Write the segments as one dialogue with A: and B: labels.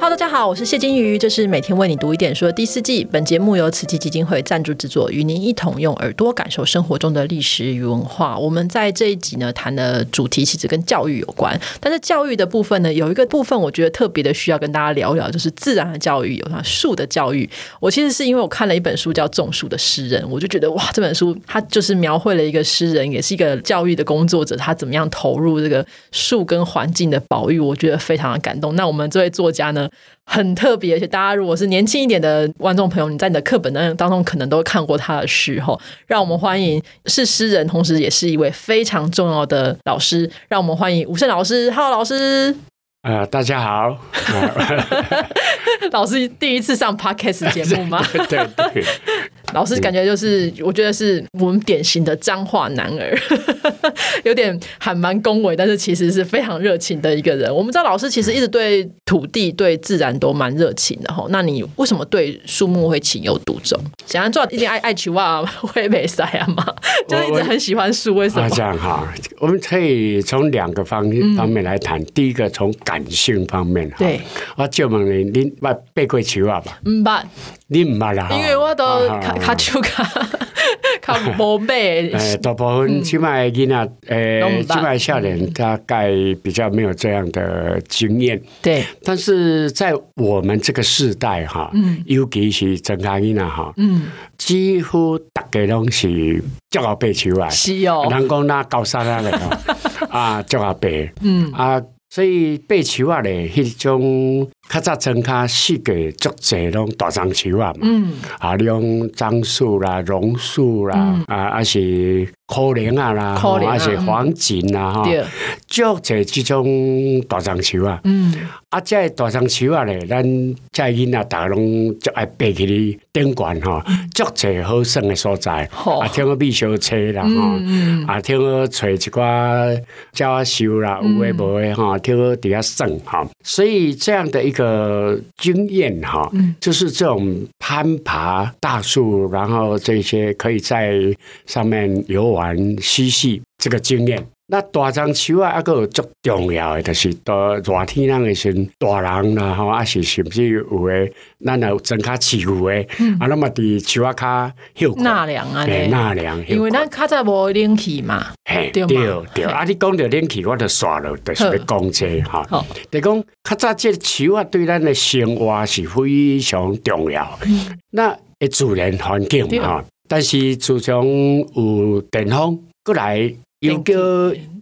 A: Hello，大家好，我是谢金鱼，这是每天为你读一点书的第四季。本节目由慈济基金会赞助制作，与您一同用耳朵感受生活中的历史与文化。我们在这一集呢谈的主题其实跟教育有关，但是教育的部分呢，有一个部分我觉得特别的需要跟大家聊一聊，就是自然的教育，有它树的教育。我其实是因为我看了一本书叫《种树的诗人》，我就觉得哇，这本书它就是描绘了一个诗人，也是一个教育的工作者，他怎么样投入这个树跟环境的保育，我觉得非常的感动。那我们这位作家呢？很特别，而且大家如果是年轻一点的观众朋友，你在你的课本当当中可能都看过他的诗哈。让我们欢迎是诗人，同时也是一位非常重要的老师。让我们欢迎吴胜老师，Hello 老师。
B: 啊、大家好，呃
A: 老师第一次上 podcast 节目吗？
B: 对对对，
A: 老师感觉就是，我觉得是我们典型的彰化男儿， 有点还蛮恭维，但是其实是非常热情的一个人。我们知道老师其实一直对土地、对自然都蛮热情的哈。那你为什么对树木会情有独钟？想要做一定爱爱球啊，会美塞啊嘛， 就是一直很喜欢树，为什
B: 啊
A: 么？
B: 这样哈，我们可以从两个方方面来谈。第一个从感性方面哈，
A: 嗯对，
B: 我就问你，你捌背过球啊吧？
A: 嗯吧，
B: 你唔捌啦哈？
A: 因为我都
B: 啊
A: 卡卡，丘卡 卡波贝
B: 哎、大部分起码囡仔，呃诶、
A: 嗯都唔捌嗯
B: 起码少年大概比较没有这样的经验。
A: 对
B: 但是在我们这个世代哈，嗯，尤其是曾阿囡仔哈，嗯，几乎大家拢是足好背球啊。
A: 西哦，
B: 人讲那高山啊嘞， 啊，足阿白，嗯啊，所以爬树啊嘞，迄种较早增加四个足侪拢大樟树啊嘛，嗯啊，你讲樟树啦、榕树啦，啊，啊是可莲啊啦，
A: 嗯可
B: 吼
A: 莲啊
B: 啊是黄锦啦，吼，
A: 对，
B: 足侪即种大樟树啊，
A: 嗯
B: 啊，即个大樟树啊咧，咱即个囡仔逐个拢足爱爬去哩顶悬吼，足侪好耍诶所在，
A: 吼
B: 啊，听个米烧车啦
A: 嗯
B: 吼，啊，听个找一寡鸟仔收啦，
A: 嗯
B: 有诶无诶吼，听个伫遐耍吼，所以这样的一个经验哈，
A: 嗯
B: 就是这种攀爬大树，然后这些可以在上面游玩嬉戏这个经验。那大樟树啊，还个有足重要的，就是到热天人的时候，大人啦吼，啊是甚至有的，咱若有增加饲牛的，啊，那么伫树啊卡休
A: 嗯
B: 困，
A: 纳凉啊，
B: 嘿
A: 对，
B: 纳凉休困，
A: 因为咱卡在无冷气嘛，
B: 嘿
A: 对
B: 对
A: 嘛
B: 对，啊，你讲到冷气，我就刷了，就是要讲这个哈。
A: 好，
B: 就讲较早这个树啊，对咱的生活是非常重要。那会自然环境
A: 嗯对
B: 哈，但是自从有电风过来，又叫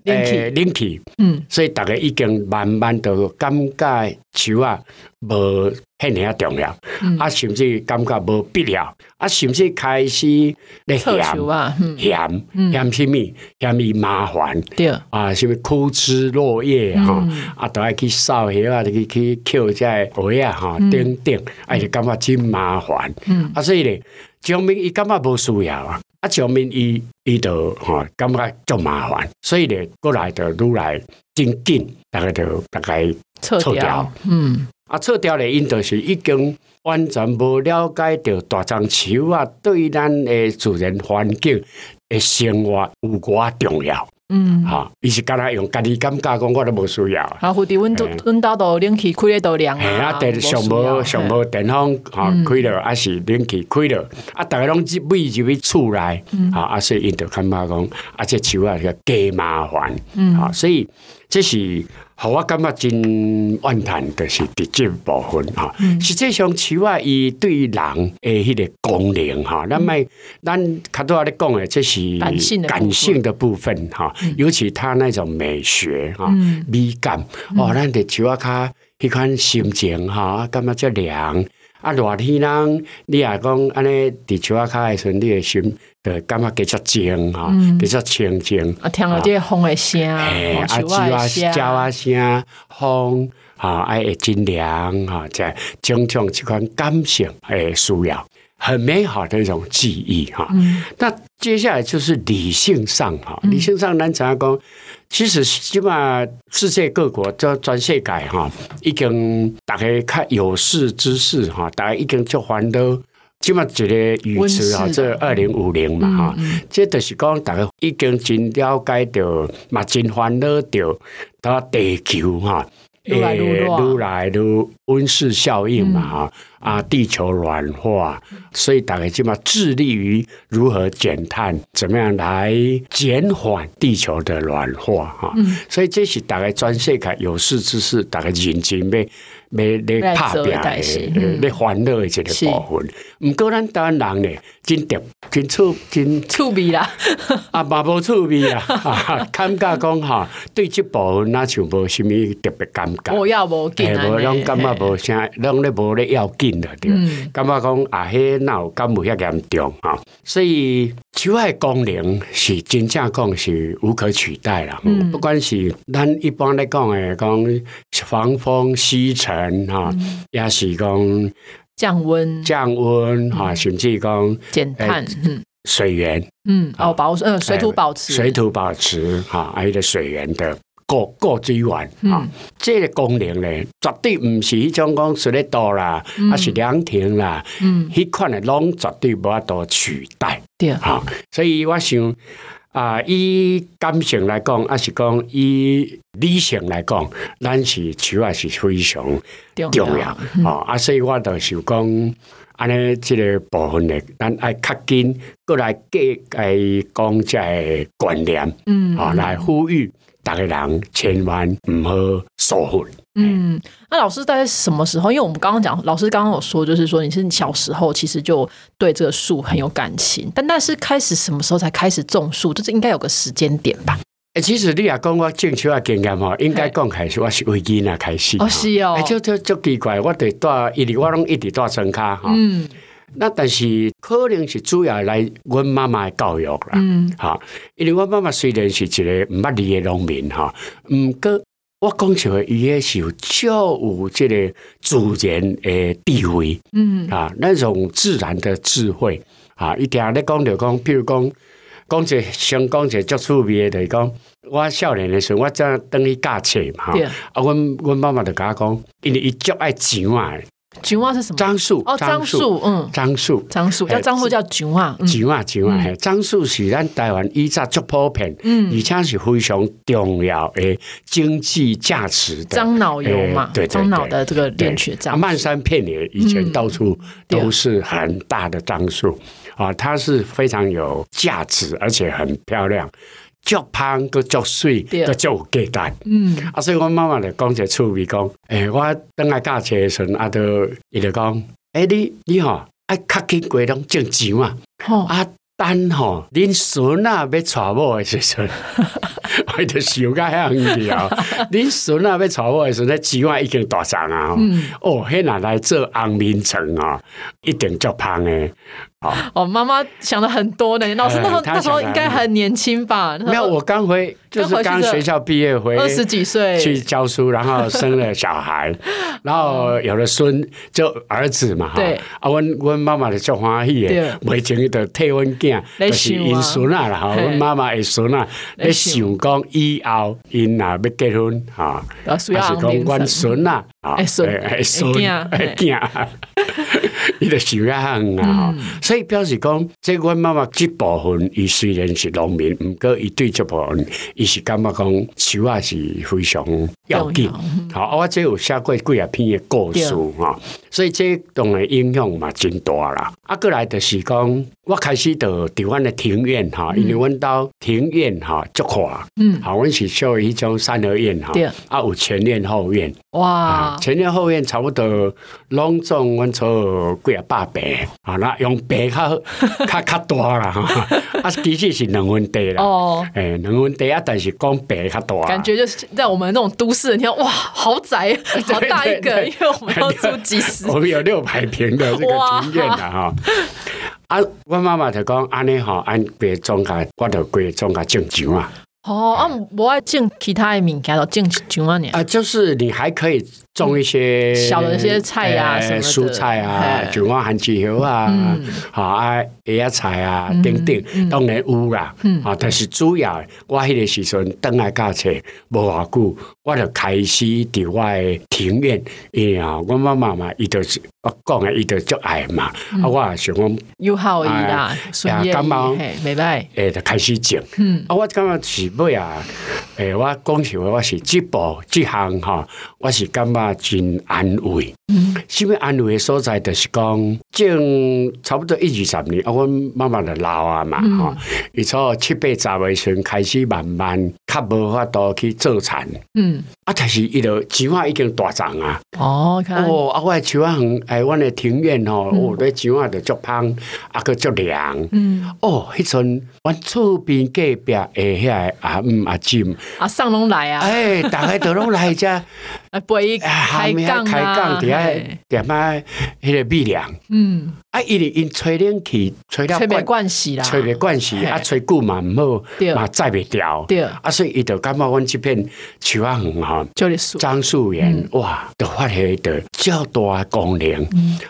A: 冷气
B: 呃冷气，
A: 嗯，
B: 所以大家已经慢慢的感觉树啊无遐尔重要，
A: 嗯
B: 啊甚至感觉无必要，啊甚至开始咧
A: 特
B: 嫌
A: 球啊，嗯，
B: 嫌嫌什么？嫌伊麻烦。
A: 对，
B: 啊，什么枯枝落叶哈、啊，都爱去扫叶啊，去去捡这鞋啊哈，等等，啊，就感觉真麻烦。
A: 嗯
B: 啊，所以咧，上面伊感觉无需要啊，啊，上面伊伊就吼、感觉足麻烦，所以咧，过来就愈来真紧，大概就大概
A: 撤
B: 撤
A: 掉
B: 掉，
A: 嗯，
B: 啊，撤掉咧，因就是已经完全无了解到大樟树啊，对咱的自然环境的生活有偌重要。
A: 嗯，
B: 哈，伊是敢若用家己感觉讲，我都无需要啊。
A: 然后蝴蝶温度
B: 嘿
A: 温到都冷气开咧都凉
B: 嘿啊，
A: 啊，
B: 电上无上无电风哈
A: 嗯
B: 开了，啊是冷气开了，啊逐个拢入尾入去厝内，
A: 嗯
B: 啊啊所以因就感觉讲，啊这树啊个加麻烦，
A: 嗯
B: 啊所以这是，互我感觉真怨叹，就是伫这部分哈。
A: 嗯
B: 实际上树啊，伊对于人诶迄个功能哈，咱卖咱较多咧讲诶，这是
A: 感性的部分
B: 感性的部分哈，尤其他那种美学哈、美感哦，咱的树啊卡迄款心情哈，感觉遮凉。啊，热天人，你也讲安尼伫树啊卡的时阵，你的心就感觉比较静哈，比较清静。
A: 啊，听到这个风的声，
B: 嘿，
A: 哦
B: 啊，
A: 树
B: 鸟啊、
A: 的
B: 鸟啊声、风啊，爱会真凉啊，这种种这款感性诶需要，很美好的一种记忆哈。
A: 嗯
B: 那接下来就是理性上哈，理性上咱怎样讲？其实起码世界各国叫全世界哈，已经大家较有识之士哈，大家已经足烦恼。即嘛一个语词哈，
A: 温室嗯
B: 这二零五零嘛哈，这就是讲大家已经真了解到，嘛真烦恼到，到地球哈，
A: 愈来愈
B: 诶
A: 热嗯
B: 愈来愈温室效应嘛哈、啊，地球暖化，所以大家起码致力于如何减碳，怎么样来减缓地球的暖化哈、
A: 嗯
B: 所以这是大家全世界有识之士，大家认真要要咧拍
A: 要来
B: 拼
A: 做的代志嗯
B: 的，咧烦恼的一
A: 是
B: 个部分。毋过咱台湾人咧，真特真出真。
A: 趣味啦，
B: 啊，嘛无趣味 啊，啊感觉讲哈，对这部分那像无什么特别感觉。
A: 我要无紧
B: 诶，
A: 啊，
B: 无拢感觉
A: 嘿嗯
B: 无啥，拢咧无咧要紧了对。感觉讲啊，迄哪有感冒遐严重吼，所以手诶功能是真正讲是无可取代啦。嗯，不管是咱一般咧讲诶，讲防风吸尘哈，
A: 嗯
B: 也是讲
A: 降温、
B: 降哎温哈，甚至讲
A: 减碳，嗯
B: 水源
A: 嗯，哦，保呃水土保持，
B: 哎水土保持哈，还有水源的过过水源
A: 嗯
B: 啊，这个功能咧，绝对唔是迄种讲水咧多啦，还是凉亭啦，
A: 嗯，
B: 迄款的拢绝对无法度取代
A: 对，
B: 哈。所以我想啊，以感性来讲，还是讲以理性来讲，咱是手也是非常
A: 重嗯
B: 重要哦。啊，所以我就想讲。安尼，即个部分咧，咱爱较紧，过来加来讲即个观念，
A: 嗯
B: 啊、来呼吁大家人千万唔好疏忽。
A: 嗯，那老师在什么时候？因为我们刚刚讲，老师刚刚有说，就是说你是小时候其实就对这个树很有感情，但那是开始什么时候才开始种树？就是应该有个时间点吧？
B: 诶，其实你也讲我种树的经验吼，应该
A: 嘿
B: 讲开始我是为囡仔开始。
A: 哦，是哦
B: 诶，，就就就奇怪，我对带，因为我拢一直带双卡哈。
A: 嗯
B: 那但是可能是主要来阮妈妈的教育啦。
A: 嗯
B: 哈，因为我妈妈虽然是一个毋捌字的农民哈，毋过我讲笑的，伊迄是有足有即个自然的地位
A: 嗯
B: 啊，那种自然的智慧啊，伊定咧讲着讲，譬如讲。讲一个先讲一个足趣味的，就是讲我少年的时候，我正等去教册嘛，哈
A: 嗯对
B: 啊，阮阮妈妈就甲我讲，因为伊足爱钱啊，
A: 菊花是什么？
B: 樟树，
A: 哦，樟树，嗯，
B: 樟树，
A: 樟树叫樟树叫菊花，嗯
B: 钱啊钱啊，嘿，樟树是咱台湾以前足普遍，而
A: 嗯，
B: 且是非常重要的经济价值的。
A: 樟脑油嘛
B: 哎，对对
A: 樟脑
B: 对
A: 的这个
B: 对
A: 炼血
B: 啊
A: 樟，
B: 漫山遍野，以前
A: 嗯
B: 到处
A: 对
B: 都是很大的樟树啊，它是非常有价值，而且很漂亮，足香个足水
A: 对
B: 个足有价值。
A: 嗯
B: 啊，所以我妈妈就讲一个趣味，讲，诶、我等下教车的时阵，啊，都伊就讲，诶、你你吼、爱较紧过拢种钱嘛。
A: 哦，
B: 啊，等吼、恁孙啊要娶某的时阵， 我就想甲遐远去啊。恁孙啊要娶某的时阵，钱我已经大长啊。吼
A: 嗯，
B: 哦，迄若来做红面床啊，一定足芳的。
A: 哦，妈妈想了很多呢，老师那时候
B: 哎她
A: 那时候
B: 想得
A: 应该
B: 很
A: 很年轻吧？那
B: 没
A: 时
B: 有，
A: 候
B: 我刚回，就是
A: 刚
B: 刚
A: 回去
B: 学校毕业回
A: 二十几岁，
B: 去教书，然后生了小 孩，然后有了孙，就儿子嘛。哈
A: 对
B: 啊，阮阮妈妈就足欢喜
A: 对
B: 的，袂前伊就替阮囝，
A: 来
B: 就是
A: 想啊
B: 因孙啊啦，吼，
A: 嘿
B: 阮妈妈的孙啊，
A: 来
B: 咧
A: 想
B: 想讲以后因若要结婚啊，
A: 啊，需
B: 还
A: 要
B: 是讲阮
A: 凌晨。
B: 孙啊，啊
A: 哎孙
B: 哎哎
A: 哎
B: 孙
A: 囝
B: 哎囝，伊就想啊远啊，
A: 嗯
B: 吼所以表示讲，即阮妈妈这部分，伊虽然是农民，毋过伊对这部分，伊是感觉讲手啊是非常要紧
A: 重要。
B: 好，啊我这有写过几啊篇的故事吼，所以这当然影响嘛真大啦。啊，过来就是讲，我开始就伫阮的庭院吼，因为阮兜庭院吼足宽，
A: 嗯
B: 好，阮是属于迄种三合院吼
A: 对，
B: 啊有前院后院。
A: 哇
B: 啊，，前院后院差不多拢总阮做几啊百平，啊，那用 平较较较大啦，哈啊，其实是两分地啦，
A: 哦，
B: 诶，两分地啊，但是讲平较大，
A: 感觉就是在我们那种都市人听，哇，豪宅好大一个，
B: 对，
A: 因为我们要住几十
B: 我们有六百平的这个
A: 哇
B: 庭院啦，哈。啊，我妈妈就讲安尼吼，按规种甲，我着规种甲种树啊。哎
A: 哦，啊，我爱种其他的物件，都种一种啊，你
B: 呃啊，就是你还可以种一些
A: 嗯小的一些菜呀什么的
B: 蔬菜啊
A: 嘿，嗯
B: 像我番薯叶啊，好啊，椰菜啊，等等，当然有啦。
A: 嗯
B: 啊，但是主要我迄个时阵等来教册无偌久，我就开始伫我的庭院，因为啊，我妈妈嘛，伊就是我讲的，伊就足爱嘛，
A: 嗯
B: 啊，我也想讲。
A: 又好伊啦，孙叶
B: 哎感冒
A: 伊嘿，袂歹，
B: 诶，就开始种。嗯，啊，我感觉是尾啊，诶、我讲实话，我是这部这项吼，我是感觉真安慰。嗯，什么安慰的所在，就是讲种差不多一二十年，啊，阮妈妈就老啊嘛，吼、伊从七八十岁时阵开始慢慢较无法度去做田。
A: 嗯，
B: 啊，但是伊就钱啊已经大涨啊！
A: 哦，看
B: 哦，啊，我的树啊园，哎，我的庭院吼，哦，咧树啊就足芳，啊，佮足凉。
A: 嗯，
B: 哦，迄阵阮厝边隔壁下遐个阿姆阿婶，
A: 啊，上拢来啊，
B: 哎，逐个都拢来遮啊
A: 啊，背伊 开
B: 下面
A: 杠
B: 啊开
A: 啊，
B: 讲，伫遐
A: 嘿
B: 点啊，迄个米粮
A: 嗯，
B: 啊，伊咧因吹冷气，吹了
A: 吹袂
B: 惯，
A: 惯势啦，
B: 吹袂惯是
A: 嘿
B: 啊，吹久嘛毋
A: 对
B: 好，嘛载袂掉，
A: 对
B: 啊，所以伊就感觉阮即片树仔园吼。
A: 就是输，
B: 樟树园哇，就发挥着较大的功能。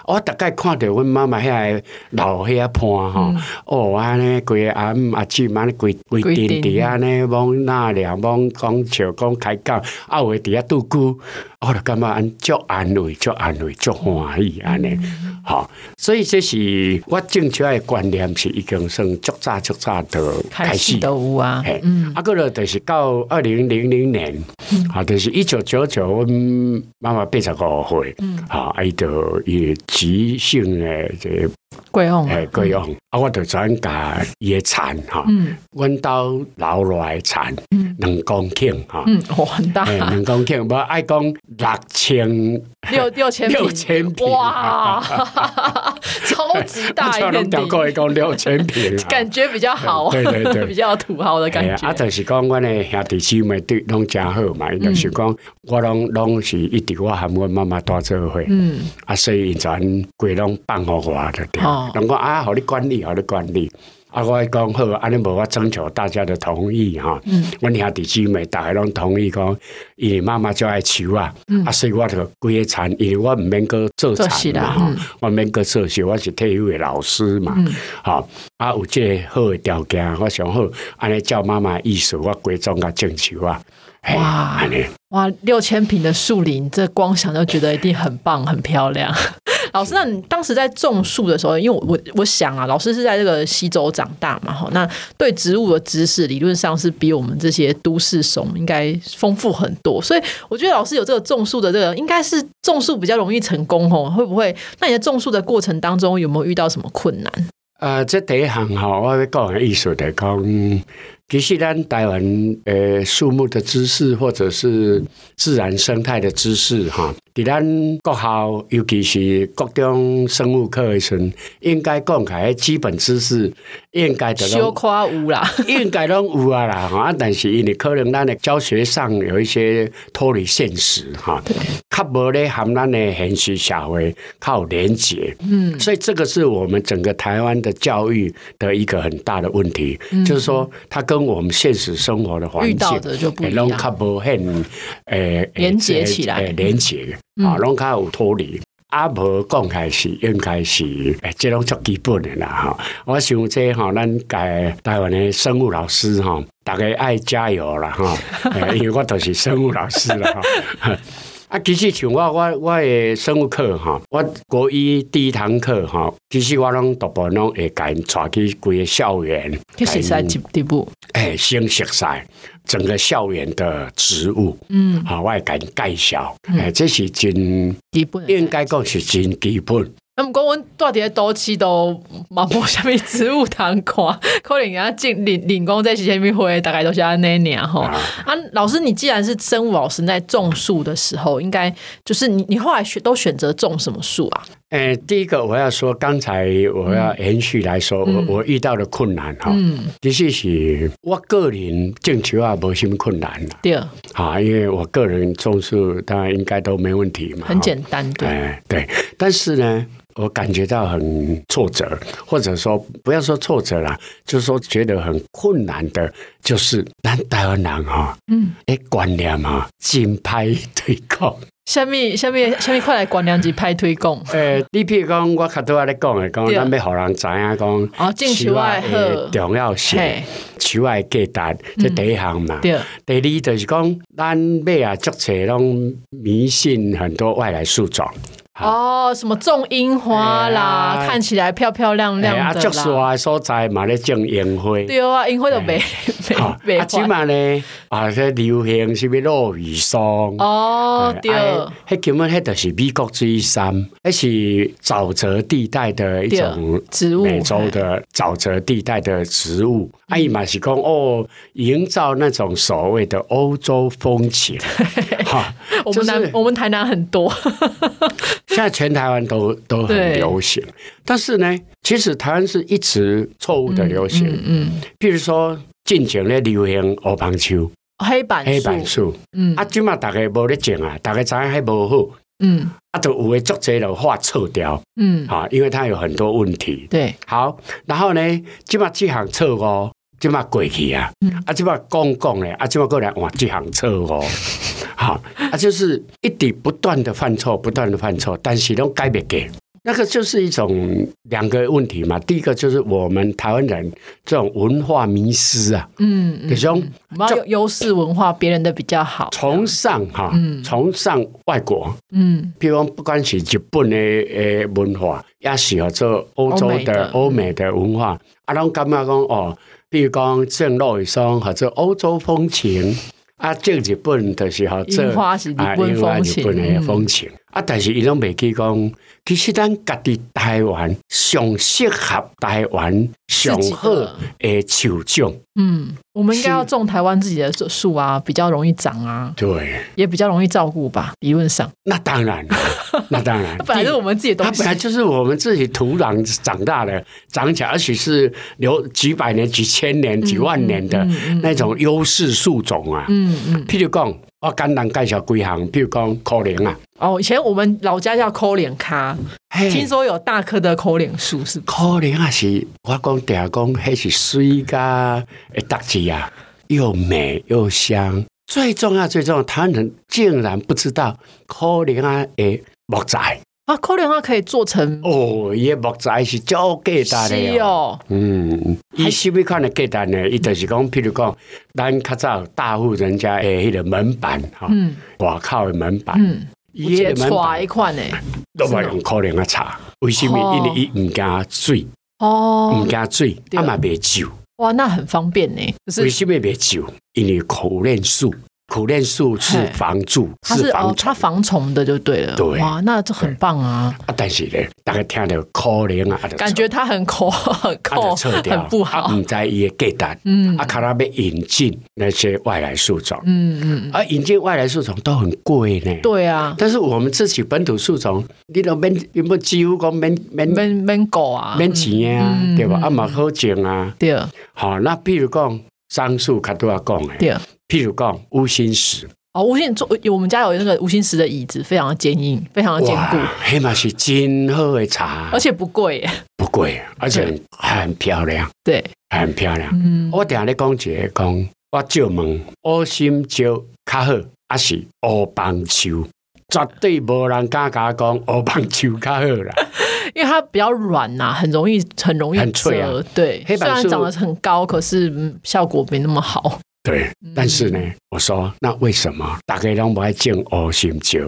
B: 我大概看到阮妈妈遐个老遐伴吼，哦安尼规个阿姆阿婶安尼规规
A: 规
B: 阵
A: 阵
B: 伫安尼往那聊，往讲笑讲开讲，啊有诶伫遐拄久，我就感觉安足安慰足安慰足欢喜安尼。吼，所以这是我正确的观念是已经算足早足早的
A: 开
B: 开
A: 始
B: 始。
A: 都有啊，
B: 嘿，啊，个了就是到二零零零年，
A: 嗯
B: 啊，就是一九九九，阮妈妈八十五岁，
A: 嗯
B: 啊，伊就伊急性的这个
A: 贵红，
B: 诶各样，啊，我就转甲伊的田哈，
A: 嗯
B: 阮兜留落来的田
A: 嗯
B: 两公顷哈，
A: 嗯，哦，很大，
B: 诶，两公顷，无爱讲六千
A: 六六千平，
B: 六千平
A: 哇， 超级大一
B: 我拢
A: 片
B: 调
A: 地，
B: 过伊讲六千 平啊，
A: 感觉比较好，
B: 对对 对
A: 比较有土豪的
B: 哎
A: 感
B: 呀，啊，
A: 觉，
B: 就是讲，阮诶兄弟姊妹对拢真好
A: 嗯
B: 嘛，伊就是讲，我拢拢是一直我含阮妈妈大做伙，
A: 嗯，
B: 啊，所以因全规拢放互我就对
A: 哦
B: 了，拢讲啊，互你管理，互你管理。啊，我讲好，安尼无我征求大家的同意哈。
A: 嗯
B: 阮兄弟姊妹大家拢同意讲，因为妈妈就爱树啊，
A: 嗯
B: 啊，所以我就规个田，因为我毋免个做
A: 做事
B: 田
A: 啦嗯
B: 嘛，吼我免个做事，我是退休的老师嘛，吼、啊，有这个好的条件，我想好，安尼照妈妈的意思，我规种甲种树啊，嘿，
A: 哇
B: 安尼。
A: 哇，六千平的树林，这光想就觉得一定很棒、很漂亮。 老师，那你当时在种树的时候，因为我我我想啊，老师是在这个西周长大嘛，哈，那对植物的知识理论上是比我们这些都市怂应该丰富很多，所以我觉得老师有这个种树的这个，应该是种树比较容易成功哦，会不会？那你在种树的过程当中有没有遇到什么困难？
B: 呃，这第一项吼，我要讲的意思就是讲，其实咱台湾呃树木的知识或者是自然生态的知识哈，伫咱国校，尤其是国中生物课的时候，应该讲起来基本知识应该就
A: 修
B: 拢
A: 夸屋啦，
B: 应该拢有啊啦，哈，啊但是因为可能咱的教学上有一些脱离现实哈，较无咧含咱的现实社会较有连结，嗯，所以这个是我们整个台湾的教育的一个很大的问题，就是说它跟我们现实生活的
A: 嗯
B: 环
A: 遇
B: 境
A: 到的就不
B: 诶
A: 一
B: 拢
A: 样。
B: 较无很诶
A: 连结起来嗯
B: 诶连结啊，拢较有脱离。啊，无讲开是应该是，诶、这拢足基本的啦吼。我想这吼、咱家台湾的生物老师吼、大家爱加油啦吼、诶因为我都是生物老师啦吼。啊，其实像我我我的生物课吼，我国一第一堂课吼，其实我拢大部分拢会甲因带去规个校园，
A: 这是在几地步？
B: 哎，先熟悉整个校园的植物，啊
A: 嗯，
B: 好、我会甲因介绍，哎、这是真
A: 基本
B: 应该讲是真基本，
A: 那毋过阮住伫咧都市都嘛无啥物植物通看， 可能啊进领领工这是啥物花，大概都是安尼尔吼。
B: 啊
A: 啊，老师，你既然是生物老师，在种树的时候，应该就是你你后来选都选择种什么树啊？
B: 哎、第一个我要说，刚才我要延续来说，我我遇到的困难哈，
A: 嗯，
B: 其实是我个人种球啊，无什么困难啦，
A: 对，
B: 啊，因为我个人种树，当然应该都没问题嘛，
A: 很
B: 哈
A: 简单，对，
B: 哎，对，但是呢，我感觉到很挫折，或者说不要说挫折啦，就是说觉得很困难的，就是咱台湾人哈、哎
A: 嗯，
B: 诶，观念啊，真歹对抗。
A: 下面下面下面快来广良集派推广。
B: 诶，哎你譬如讲，我较多阿咧讲诶，讲
A: 对
B: 咱要互人知影讲，
A: 哦种树爱好
B: 的重要性
A: 嘿，嗯
B: 树爱价值，这第一项嘛。
A: 对，
B: 第二就是讲，咱买啊，足侪拢迷信很多外来树种，
A: 哦，什么种樱花啦，
B: 哎呀
A: 看起来漂漂亮亮
B: 诶啊，
A: 的
B: 足树
A: 啦。
B: 啊所在嘛咧种樱花。
A: 对啊，樱花都没
B: 哈
A: 没
B: 啊，
A: 没
B: 即嘛咧，啊，这流行是要落雨霜。
A: 哦，对，
B: 啊迄迄根本迄就是美国水杉，迄是沼泽地带的一种
A: 对嗯植物
B: 美洲的沼泽地带的植物。啊，伊嘛是讲哦，营造那种所谓的欧洲风 情。哈，
A: 我
B: 就
A: 们
B: 是
A: 南我们台南很多，
B: 现在全台湾都都很
A: 对
B: 流行，但是呢，其实台湾是一直错误的流行。
A: 嗯，
B: 譬如说，近前咧流行欧棒球、
A: 黑板
B: 黑板
A: 树，
B: 树，
A: 嗯
B: 啊，即嘛大家无咧种啊，大家知影迄无好，
A: 嗯
B: 啊，都有诶作者就画错掉。
A: 嗯，
B: 啊，因为它有很多问题。
A: 对，
B: 好，然后呢，即马这行错误，即马过去啊
A: 嗯，
B: 啊，即马讲讲咧，啊，即马过来换这行 错误，好，啊，就是一直不断的犯错，不断的犯错，但是都改不过。那个就是一种两个问题嘛，第一个就是我们台湾人这种文化迷失啊，
A: 嗯嗯，
B: 就是讲
A: 我们要有优势文化，别人的比较好，
B: 崇尚哈、
A: 嗯
B: 崇尚外国，
A: 嗯
B: 譬如讲，不管是日本的诶文化，也是哦，做欧洲
A: 欧美
B: 的
A: 的
B: 欧美的文化，啊，拢感觉讲哦，比如讲郑落雨霜，或者欧洲风情，啊，这日本就是吼这
A: 樱花是日
B: 啊，
A: 本
B: 樱花
A: 风
B: 日
A: 情嗯
B: 本的风情，啊，但是伊拢袂记讲，其实咱家己台湾上适合台湾上
A: 自己的
B: 好诶树种，
A: 嗯，我们应该
B: 是
A: 要种台湾自己的树啊，比较容易长啊，
B: 对，
A: 也比较容易照顾吧，理论上，
B: 那当然，那 当然，
A: 它本来是我们自己的
B: 它
A: 东西
B: 本，来就是我们自己土壤长大的，长起来，而且是留几百年、几千年、几万年的那种优势树种啊。
A: 嗯嗯，
B: 譬如讲，我简单介绍几项，譬如讲可莲啊，
A: 哦，以前我们老家叫抠脸咖，
B: 嘿
A: 听说有大棵的抠脸树，是不是？
B: 可莲啊是，我讲定讲，迄是水甲会得志啊，又美又香。最重要，最重要，他人竟然不知道可莲啊的木材
A: 啊，抠脸咖可以做成
B: 哦，伊的木材是足价值
A: 西
B: 的哦。
A: 哦，
B: 嗯，伊什么款的价值呢？伊就是讲，譬如讲，咱较早大户人家的迄个门板哈，
A: 嗯
B: 外口的门板，
A: 嗯，我
B: 伊
A: 姐
B: 迄个门
A: 抓
B: 板
A: 一款欸诶，
B: 都无用可能啊擦，为什么？
A: 哦
B: 因为伊毋惊水，毋
A: 哦，
B: 惊水，
A: 对
B: 啊嘛袂酒，
A: 哇，那很方便呢，就
B: 为
A: 是
B: 什么袂酒？因为苦练素，苦练素是
A: 嘿
B: 防蛀，
A: 它是
B: 防
A: 哦，它
B: 虫。
A: 防虫的就对了，
B: 对
A: 哇，那这很棒啊，
B: 啊，但是呢，大家听着可能啊，啊就
A: 感觉它很抠很
B: 啊就
A: 抠，
B: 撤掉，
A: 很不
B: 啊
A: 好，
B: 唔知伊的价值，
A: 嗯
B: 啊，卡拉要引进那些外来树种。
A: 嗯嗯，嗯
B: 而引进外来树种都很贵呢。
A: 对啊，
B: 但是我们自己本土树种，你都免原本几乎讲免免
A: 闷闷狗啊，
B: 免钱的啊，
A: 嗯
B: 对吧？
A: 嗯
B: 啊嘛好种啊，
A: 对
B: 好、那譬如讲樟树，较多要讲的，
A: 对。
B: 譬如讲乌心石，
A: 哦，无线做我们家有那个无心石的椅子，非常的坚硬，非常的坚固，，
B: 黑嘛是真好的茶
A: 而，且不贵耶。
B: 不贵，而且很漂亮，
A: 对，
B: 很漂亮。
A: 嗯，
B: 我定咧讲一个讲，我借问乌心石较好，还是乌棒树？绝对无人敢甲我讲乌棒树较好啦。
A: 因为它比较软呐、很容易很容易
B: 很脆啊
A: 折对，
B: 黑
A: 虽
B: 板
A: 然
B: 树
A: 长得很高，可是嗯效果没那么好。
B: 对，但是呢，我说那为什么大家拢不爱种乌心蕉，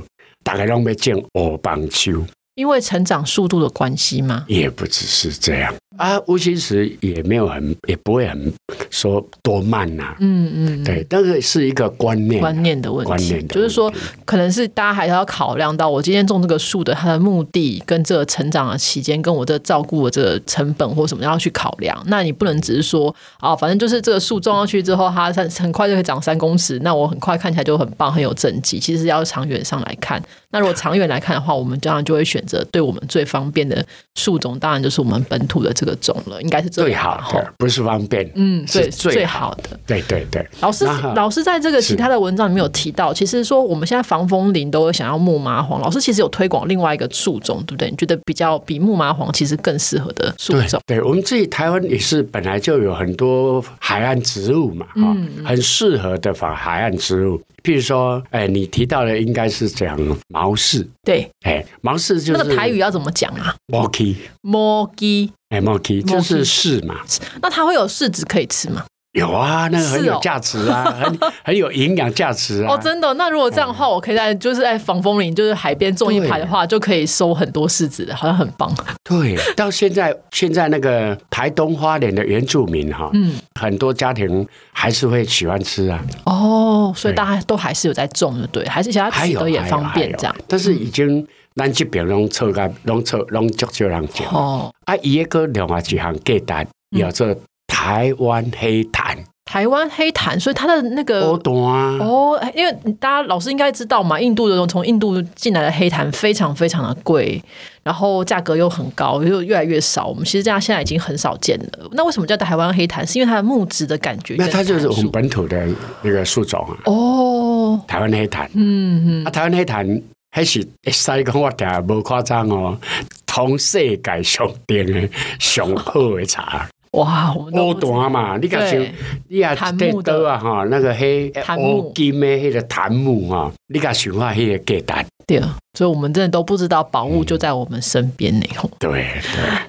B: 大家拢要种乌棒球，
A: 因为成长速度的关系嘛，
B: 也不只是这样啊。无心石也没有很，也不会很说多慢呐、
A: 嗯嗯，
B: 对，但是是一个观念，啊
A: 观念的问
B: 观
A: 题，
B: 念的
A: 就是说
B: 问题，
A: 可能是大家还是要考量到我今天种这个树的它的目的，跟这个成长的期间，跟我这照顾的这个成本或什么要去考量。那你不能只是说啊，反正就是这个树种上去之后，它很很快就会长三公尺，那我很快看起来就很棒，很有政绩。其实是要长远上来看，那如果长远来看的话，我们当然就会选选择对我们最方便的树种，当然就是我们本土的这个种了，应该是这
B: 最
A: 样吧
B: 好的，不是方便，
A: 嗯，
B: 是
A: 最
B: 最好。
A: 好的。
B: 对对对，
A: 老师
B: 然后，
A: 老师在这个其他的文章里面有提到，其实说我们现在防风林都有想要木麻黄，老师其实有推广另外一个树种，对不对？你觉得比较比木麻黄其实更适合的树
B: 对
A: 种？
B: 对，我们自己台湾也是本来就有很多海岸植物
A: 嗯
B: 嘛，哈、很适合的反海岸植物。譬如说，哎，你提到的应该是讲毛氏，
A: 对，
B: 哎，毛氏就
A: 那
B: 是
A: 个台语要怎么讲啊
B: m o k i
A: m o g i
B: 哎 m o k i 就
A: Moki
B: 是柿嘛，
A: 那它会有柿子可以吃吗？
B: 有啊，那个很
A: 是
B: 有
A: 哦
B: 价值啊，很 很有营养价值啊。
A: 哦，真的？那如果这样的话，我可以在就是在防风林，就是海边种一排的话，就可以收很多柿子了，好像很棒。
B: 对，到现在现在那个台东花莲的原住民哈、
A: 嗯，
B: 很多家庭还是会喜欢吃啊，
A: 哦，所以大家都还是有在种，就对，还是其他
B: 还
A: 取
B: 有
A: 啊得也
B: 还有
A: 方
B: 还
A: 便
B: 有
A: 这样。
B: 但是已经咱这边拢错甲拢错拢足少人食。
A: 哦，
B: 啊，伊迄个另外一项鸡蛋，叫做台湾黑蛋，
A: 台湾黑檀，所以它的那
B: 乌
A: 个。
B: 蛋啊，
A: 哦，因为大家老师应该知道嘛，印度的从印度进来的黑檀非常非常的贵，然后价格又很高，又越来越少。我们其实这样现在已经很少见了。那为什么叫台湾黑檀？是因为它的木质的感觉跟
B: 那
A: 檀树。
B: 它就是我们本土的那个树种啊，
A: 哦，
B: 台湾黑蛋。
A: 嗯嗯，
B: 啊，台湾黑蛋迄是会使讲我听无夸张哦，同世界上顶的上好的茶，
A: 哇，哦我们 都
B: 乌蛋嘛，你敢想
A: 对？
B: 你啊，
A: 檀
B: 这
A: 木的
B: 刀啊，哈，那个黑
A: 檀木
B: 乌金的迄个檀木哈，你敢想看迄个鸡蛋？
A: 对，所以我们真的都不知道宝物就在我们身边呢。吼
B: 对对。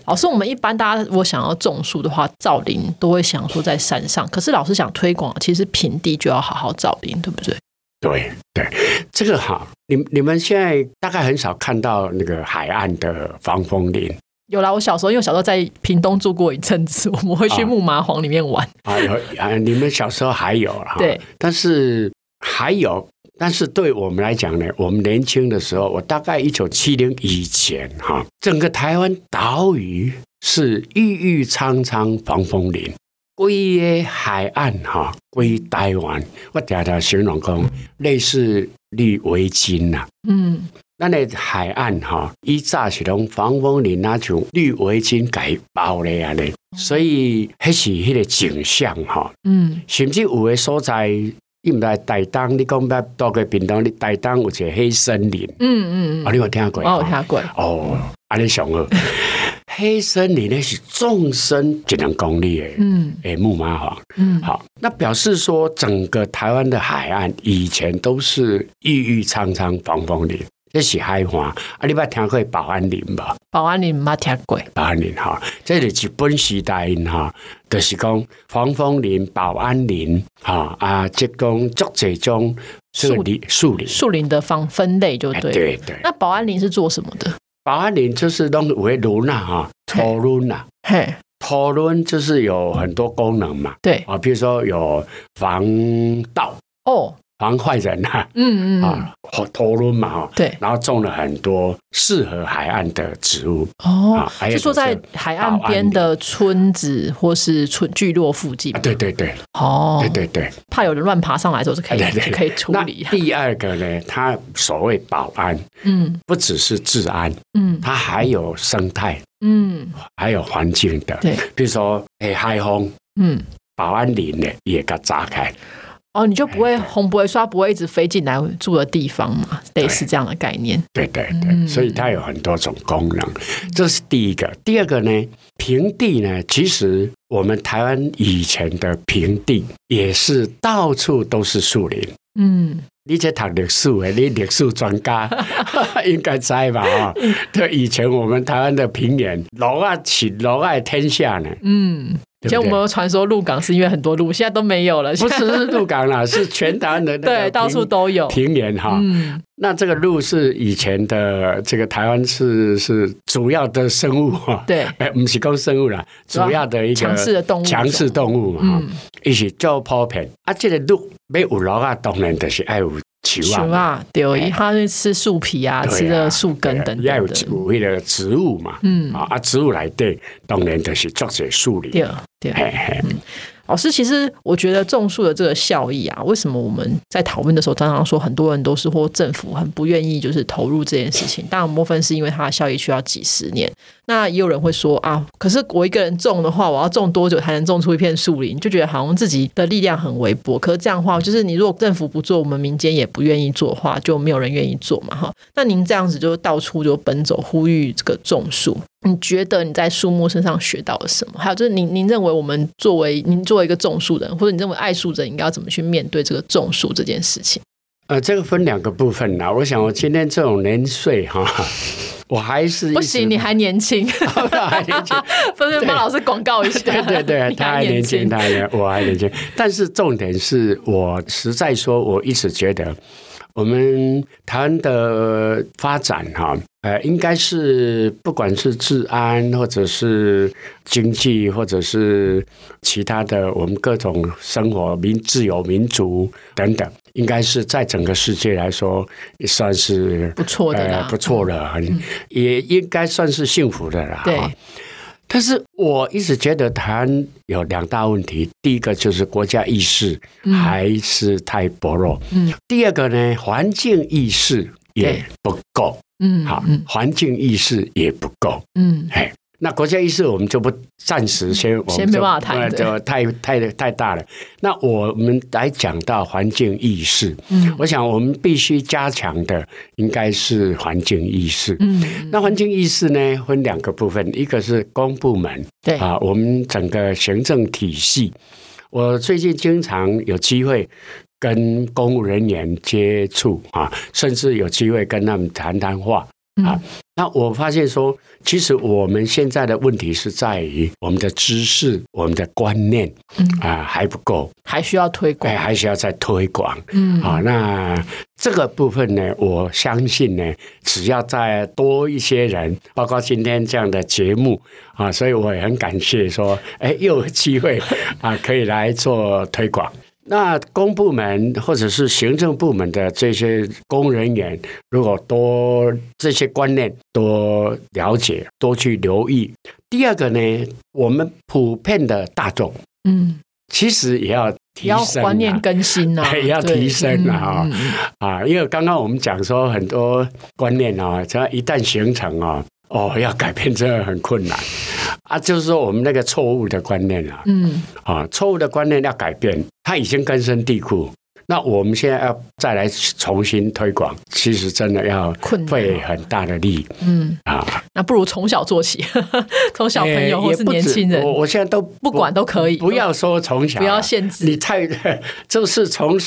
A: 老师，我们一般大家如果想要种树的话，造林都会想说在山上，可是老师想推广，其实平地就要好好造林，对不对？
B: 对对，这个好，你你们现在大概很少看到那个海岸的防风林
A: 有啦，我小时候因为我小时候在屏东住过一阵子， 我们会去
B: 啊
A: 木麻黄里面玩。
B: 啊，有啊，你们小时候还有啦，
A: 对，
B: 但是还有，但是对我们来讲呢，我们年轻的时候，我大概一九七零以前哈、整个台湾岛屿是郁郁苍苍防风林。规个海岸哈，规台湾，我常常形容讲，类似绿围巾呐、
A: 嗯，
B: 咱的海岸哈、伊早是拢防风林那像绿围巾改包咧安尼，所以迄是迄个景象哈、
A: 嗯，
B: 甚至有的所在，你毋知台东，你讲捌到过屏东，你台东有一个黑森林，
A: 嗯嗯
B: 啊，
A: 嗯，
B: 你有听过？
A: 我有听过。
B: 哦，安尼 上好。黑森林呢是纵深一两公里的，
A: 嗯
B: 诶、木麻黄。
A: 嗯，
B: 好，那表示说整个台湾的海岸以前都是郁郁苍苍防风林，这是海岸啊，你捌听过保安林吧？
A: 保安你没听过？
B: 保安林哈，这是日本时代因哈，就是讲防风林、保安林哈啊，即讲足侪种这个林树林，
A: 树林的方分类就
B: 哎
A: 对了。
B: 对对，
A: 那保安林是做什么的？
B: 保安林就是拢有迄轮啊哈，讨论啊，
A: 嘿，
B: 讨论就是有很多功能嘛
A: 对，
B: 啊，比如说有防盗、
A: 哦，
B: 防坏人啊。
A: 嗯嗯嗯，
B: 啊，好讨论嘛哈，
A: 对，
B: 然后种了很多适合海岸的植物
A: 哦，
B: 啊，还有
A: 就说在海岸边的村子或是村聚落附近
B: 啊，，对对对
A: 哦，
B: 对，对对。
A: 怕有人乱爬上来之后是可以
B: 对对对
A: 可以处
B: 那
A: 理，啊
B: 第二个呢，它所谓保安
A: 嗯
B: 不只是治安，
A: 嗯
B: 它还有生态，
A: 嗯，
B: 还有环境的，
A: 对，
B: 比如说诶海风。
A: 嗯，
B: 保安林呢也给它炸开，
A: 哦，你就不
B: 哎
A: 会红不会刷不会一直飞进来住的地方嘛，类似这样的概念，
B: 对对对，
A: 嗯
B: 所以它有很多种功能，这是第一个。第二个呢，平地呢，其实我们台湾以前的平地也是到处都是树林，
A: 嗯，
B: 你这读历史的，你历史专家 应该知吧？啊、就以前我们台湾的平原，楼啊起楼啊天下 呢，
A: 嗯，以
B: 对
A: 前我
B: 不
A: 们
B: 对？
A: 有传说鹿港是因为很多鹿，现在都没有了，
B: 不
A: 现在
B: 只是鹿港啦，是全台湾的那个
A: 对，
B: 平
A: 到处都有，
B: 平原哈。
A: 嗯，
B: 那这个鹿是以前的这个台湾是是主要的生物哈、
A: 对，
B: 哎，不是讲生物啦，
A: 主要
B: 主要的一个
A: 强势的动物种
B: 强势动物嘛，
A: 嗯，
B: 伊、是做普遍。啊，这个鹿要有鹿啊，当然就是爱有树
A: 熊
B: 啊，
A: 啊，对，它会吃树皮啊，
B: 对啊啊
A: 吃的树根等
B: 要有
A: 等的，
B: 有迄个植物嘛，
A: 嗯，
B: 啊啊，植物来对，当然就是作者树林。
A: 对对。嗯
B: 嘿嘿，
A: 老师，其实我觉得种树的这个效益啊，为什么我们在讨论的时候常常说很多人都是或政府很不愿意就是投入这件事情？当然，莫分是因为它的效益需要几十年。那也有人会说啊，可是我一个人种的话，我要种多久才能种出一片树林？就觉得好像自己的力量很微薄。可是这样的话，就是你如果政府不做，我们民间也不愿意做的话，就没有人愿意做嘛哈。那您这样子就到处就奔走呼吁这个种树，你觉得你在树木身上学到了什么？还有就是您您认为我们作为您作为一个种树人，或者你认为爱树人应该要怎么去面对这个种树这件事情？
B: 呃，这个分两个部分啦。我想我今天这种年岁哈， 我还是
A: 不行，你还年轻，
B: 还年轻，
A: 分分帮老师广告一下。
B: 对对对，
A: 你
B: 他还年轻，他还年，我还 年轻。但是重点是我实在说，我一直觉得我们台湾的发展哈，呃，应该是不管是治安，或者是经济，或者是其他的，我们各种生活、民自由、民族等等，应该是在整个世界来说，也算是
A: 不错的啦嗯
B: 呃不错了，也应该算是幸福的啦。
A: 对
B: 哈但是我一直觉得台湾有两大问题，第一个就是国家意识还是太薄弱，
A: 嗯，
B: 第二个呢，环境意识也不够，
A: 嗯，
B: 好
A: 嗯，
B: 环境意识也不够，
A: 嗯，
B: 嘿。那国家意识我们就不暂时先，我们
A: 先没
B: 就
A: 办法谈
B: 呃
A: 对
B: 就太太太大了。那我们来讲到环境意识，
A: 嗯，
B: 我想我们必须加强的应该是环境意识。
A: 嗯，
B: 那环境意识呢，分两个部分，一个是公部门，
A: 对，
B: 啊，我们整个行政体系，我最近经常有机会跟公务人员接触啊，甚至有机会跟他们谈谈话。
A: 嗯
B: 啊，那我发现说，其实我们现在的问题是在于我们的知识、我们的观念
A: 嗯
B: 啊还不够，
A: 还需要推广
B: 哎，，还需要再推广。
A: 嗯，
B: 啊，那这个部分呢，我相信呢，只要再多一些人，包括今天这样的节目啊，所以我也很感谢说，哎，又有机会啊，可以来做推广。那公部门或者是行政部门的这些工人员，如果多这些观念多了解，多去留意。第二个呢，我们普遍的大众
A: 嗯，
B: 其实也要提
A: 要
B: 升、啊、
A: 观念更新啊，
B: 也要
A: 对
B: 提升啊哈
A: 嗯嗯嗯
B: 啊，因为刚刚我们讲说很多观念啊、只要一旦形成啊、哦，要改变真的很困难啊。就是说我们那个错误的观念啊，
A: 嗯，
B: 啊，错误的观念要改变，它已经根深蒂固。那我们现在要再来重新推广，其实真的要
A: 困难
B: 费
A: 啊，
B: 很大的力
A: 嗯，
B: 啊。
A: 那不如从小做起，从小朋友
B: 诶
A: 或
B: 也
A: 是
B: 不
A: 年
B: 止
A: 轻人
B: 我，我现在都不
A: 不管都可以，
B: 不要说从小啊，
A: 不要限
B: 你
A: 制，
B: 太 就是从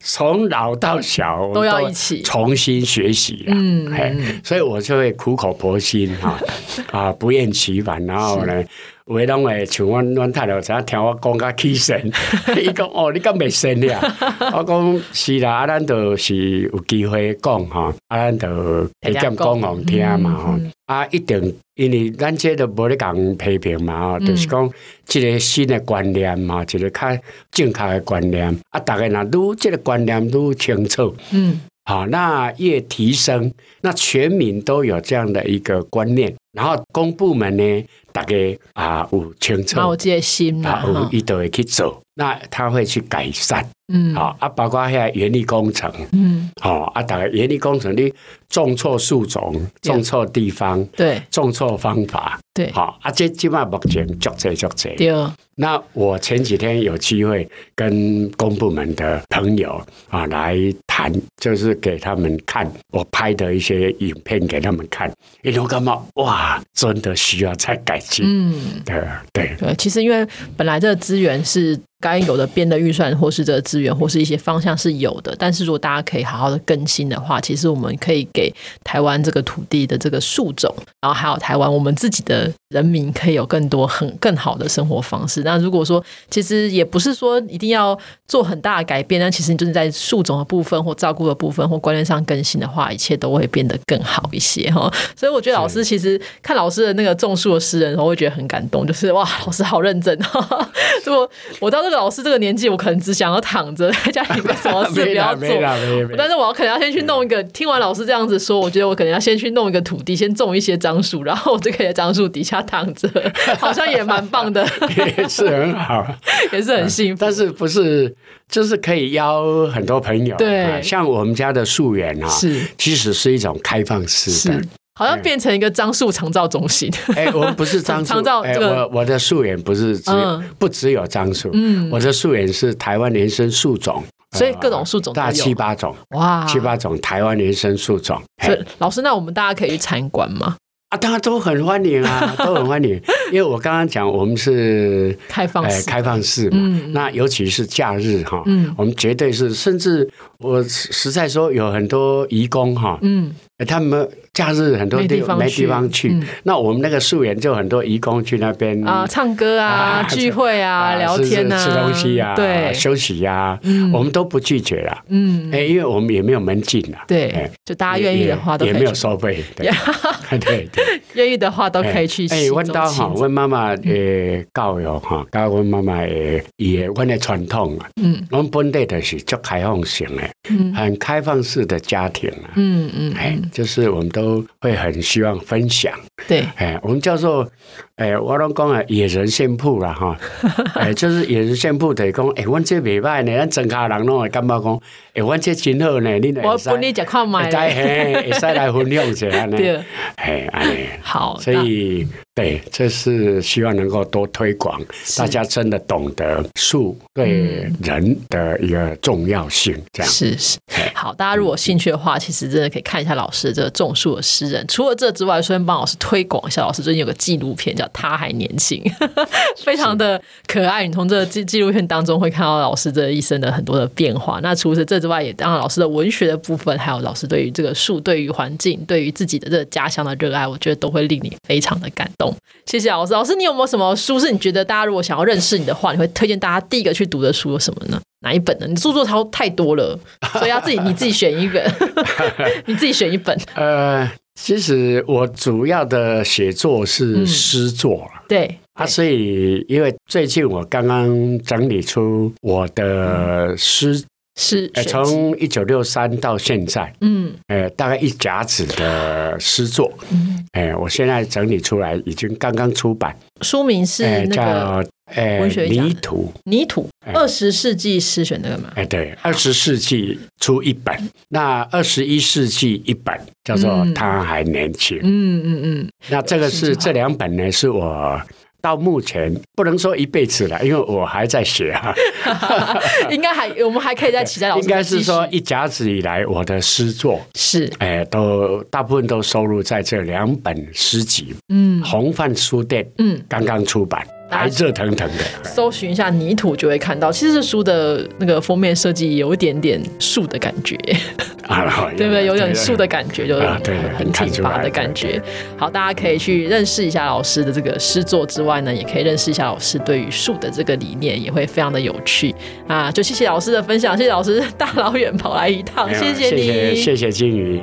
B: 从老到小
A: 都要一起
B: 重新学习啦。
A: 嗯嗯
B: 哎，所以我就会苦口婆心哈啊，不厌其烦。然后呢，为拢会像阮阮太太，知影听我讲甲起身，伊讲哦，你敢袂神呀？我讲是啦，啊，咱就是有机会讲吼，啊，咱就提点讲互听嘛吼。啊，一定，因为咱这都无咧共批评嘛，吼，就是讲一个新的观念嘛，一个较正确的观念。啊，逐个若愈即个观念愈清楚，
A: 嗯
B: 好，那越提升，那全民都有这样的一个观念，然后公部门呢，大家啊有清楚
A: 蛮有这个心啦
B: 啊有
A: 哈，
B: 一都会去做，那他会去改善，
A: 嗯，
B: 好、啊，包括遐原力工程，
A: 嗯，
B: 哦啊，大家原力工程你种错树种，
A: 对
B: 种错地方，
A: 对
B: 种错方法，
A: 对
B: 好、啊，这即嘛目前足侪足侪，
A: 对，
B: 那我前几天有机会跟公部门的朋友啊来谈，就是给他们看我拍的一些影片给他们看，哎一路干嘛？哇，真的需要再改进
A: 嗯。
B: 的，对。
A: 对，其实因为本来这个资源是该有的编的预算，或是这个资源，或是一些方向是有的。但是如果大家可以好好的更新的话，其实我们可以给台湾这个土地的这个树种，然后还有台湾我们自己的人民，可以有更多很更好的生活方式。那如果说其实也不是说一定要做很大的改变，但其实你就是在树种的部分或照顾的部分或观念上更新的话，一切都会变得更好一些哈。所以我觉得老师其实看老 师的那个种树的诗人，我会觉得很感动，就是哇，老师好认真。如果我到时个老师这个年纪，我可能只想要躺着在家里面什么事不
B: 没
A: 要
B: 啦
A: 做
B: 没，啦没没。
A: 但是我要可能要先去弄一个，听完老师这样子说，我觉得我可能要先去弄一个土地，先种一些樟树，然后我就可以在樟树底下躺 着，好像也蛮棒的，
B: 也是很好，
A: 也是很幸福。
B: 但是不是就是可以邀很多朋友？
A: 对
B: 啊像我们家的溯源啊，
A: 是
B: 其实是一种开放式的
A: 是。，好像变成一个樟树长照中心，
B: 哎、我们 不是樟树
A: 长，照
B: 哎、
A: 这个
B: 我我的溯源不是只有、
A: 嗯
B: 不只有樟树，我的溯源是台湾原生树种，呃
A: 所以各种树种都
B: 大
A: 有
B: 七八种，
A: 哇，
B: 七八种台湾原生树种。
A: 所
B: 嘿
A: 以老师，那我们大家可以去参观吗？
B: 啊，大家都很欢迎啊，都很欢迎，因为我刚刚讲我们是
A: 开放
B: 哎，
A: 式，
B: 开放式嘛，那尤其是假日哈，
A: 嗯
B: 我们绝对是，甚至我实实在说有很多移工哈，
A: 嗯，
B: 哎他们假日很多
A: 没
B: 地
A: 地方
B: 没
A: 去
B: 地方去，
A: 嗯
B: 那我们那个溯源就很多移工去那边
A: 啊，唱歌啊，
B: 嗯啊
A: 聚会啊，聊
B: 是是
A: 天啊，
B: 吃东西啊，
A: 对，
B: 休息呀，我们都不拒绝了，
A: 嗯，
B: 哎，因为我们也没有门禁啊，
A: 对
B: 哎，
A: 就大家愿意的话都
B: 也
A: 可
B: 也没
A: 以
B: 有
A: 去，
B: 收费，对对对。
A: 愿意的话 都可以去。
B: 哎，阮兜吼，阮妈妈诶教育吼，甲阮妈妈诶伊诶，阮诶传统啊，
A: 嗯，
B: 阮本地的是足开放型诶，
A: 嗯
B: 很开放式的家庭啊，
A: 嗯嗯，
B: 哎，就是我们都会很希望分享，
A: 对，
B: 哎，我们叫做哎，我拢讲啊，野人献铺 啦哈，哎，就是野人献铺就是讲，哎，阮这袂歹呢，咱整家人拢会感觉讲，哎，阮这真好呢，你
A: 我
B: 会使，
A: 分你
B: 会
A: 吃看买
B: 使嘿，会使来分享 一下呢，
A: 对，
B: 哎，安尼。
A: 好，
B: 所以，对，这是希望能够多推广，大家真的懂得树对人的一个重要性，这
A: 那
B: 样。
A: 是是好，大家如果有兴趣的话，其实真的可以看一下老师的这个种树的诗人。除了这之外，顺便帮老师推广一下，老师最近有个纪录片叫《他还年轻》， 非常的可爱。你从这个纪纪录片当中会看到老师这一生的很多的变化。那除此这之外，也当然老师的文学的部分，还有老师对于这个树、对于环境、对于自己的这个家乡的热爱，我觉得都会令你非常的感动。谢谢老师，老师你有没有什么书是你觉得大家如果想要认识你的话，你会推荐大家第一个去读的书有什么呢？哪一本呢？你著作超太多 了，所以要自己你自己选一本，你自己选一本。
B: 呃，其实我主要的写作是诗作啦
A: 嗯对，
B: 啊，所以因为最近我刚刚整理出我的诗，
A: 是
B: 呃，
A: 嗯选集
B: 从一九六三到现在，
A: 嗯
B: 呃，大概一甲子的诗作，
A: 嗯，
B: 哎，我现在整理出来，已经刚刚出版，
A: 书名是
B: 哎，
A: 那个
B: 叫哎
A: 文学奖的
B: 泥土。
A: 泥土二十世纪诗选那个嘛？
B: 哎，对，二十世纪出一本，那二十一世纪一本叫做
A: 嗯
B: 《他还年轻》
A: 嗯嗯嗯，
B: 那这个
A: 是
B: 是这两本呢，是我到目前不能说一辈子了，因为我还在写啊，
A: 应该还我们还可以再期待老师
B: 应
A: 的
B: 该是
A: 继续
B: 说一甲子以来我的诗作。
A: 是
B: 哎，都大部分都收录在这两本诗集，
A: 嗯
B: 红范书店
A: 嗯，
B: 刚刚出版，
A: 啊
B: 还热腾腾的。
A: 搜寻一下泥土就会看到，其实这书的那个封面设计有一点点树的感觉，
B: 啊
A: 对不对？有点树的感觉，就是
B: 啊对对
A: 很挺拔的感觉。好，大家可以去认识一下老师的这个诗作之外呢，也可以认识一下老师对于树的这个理念，也会非常的有趣啊！就谢谢老师的分享，谢谢老师大老远跑来一趟，
B: 没有
A: 谢你，
B: 谢谢谢金鱼。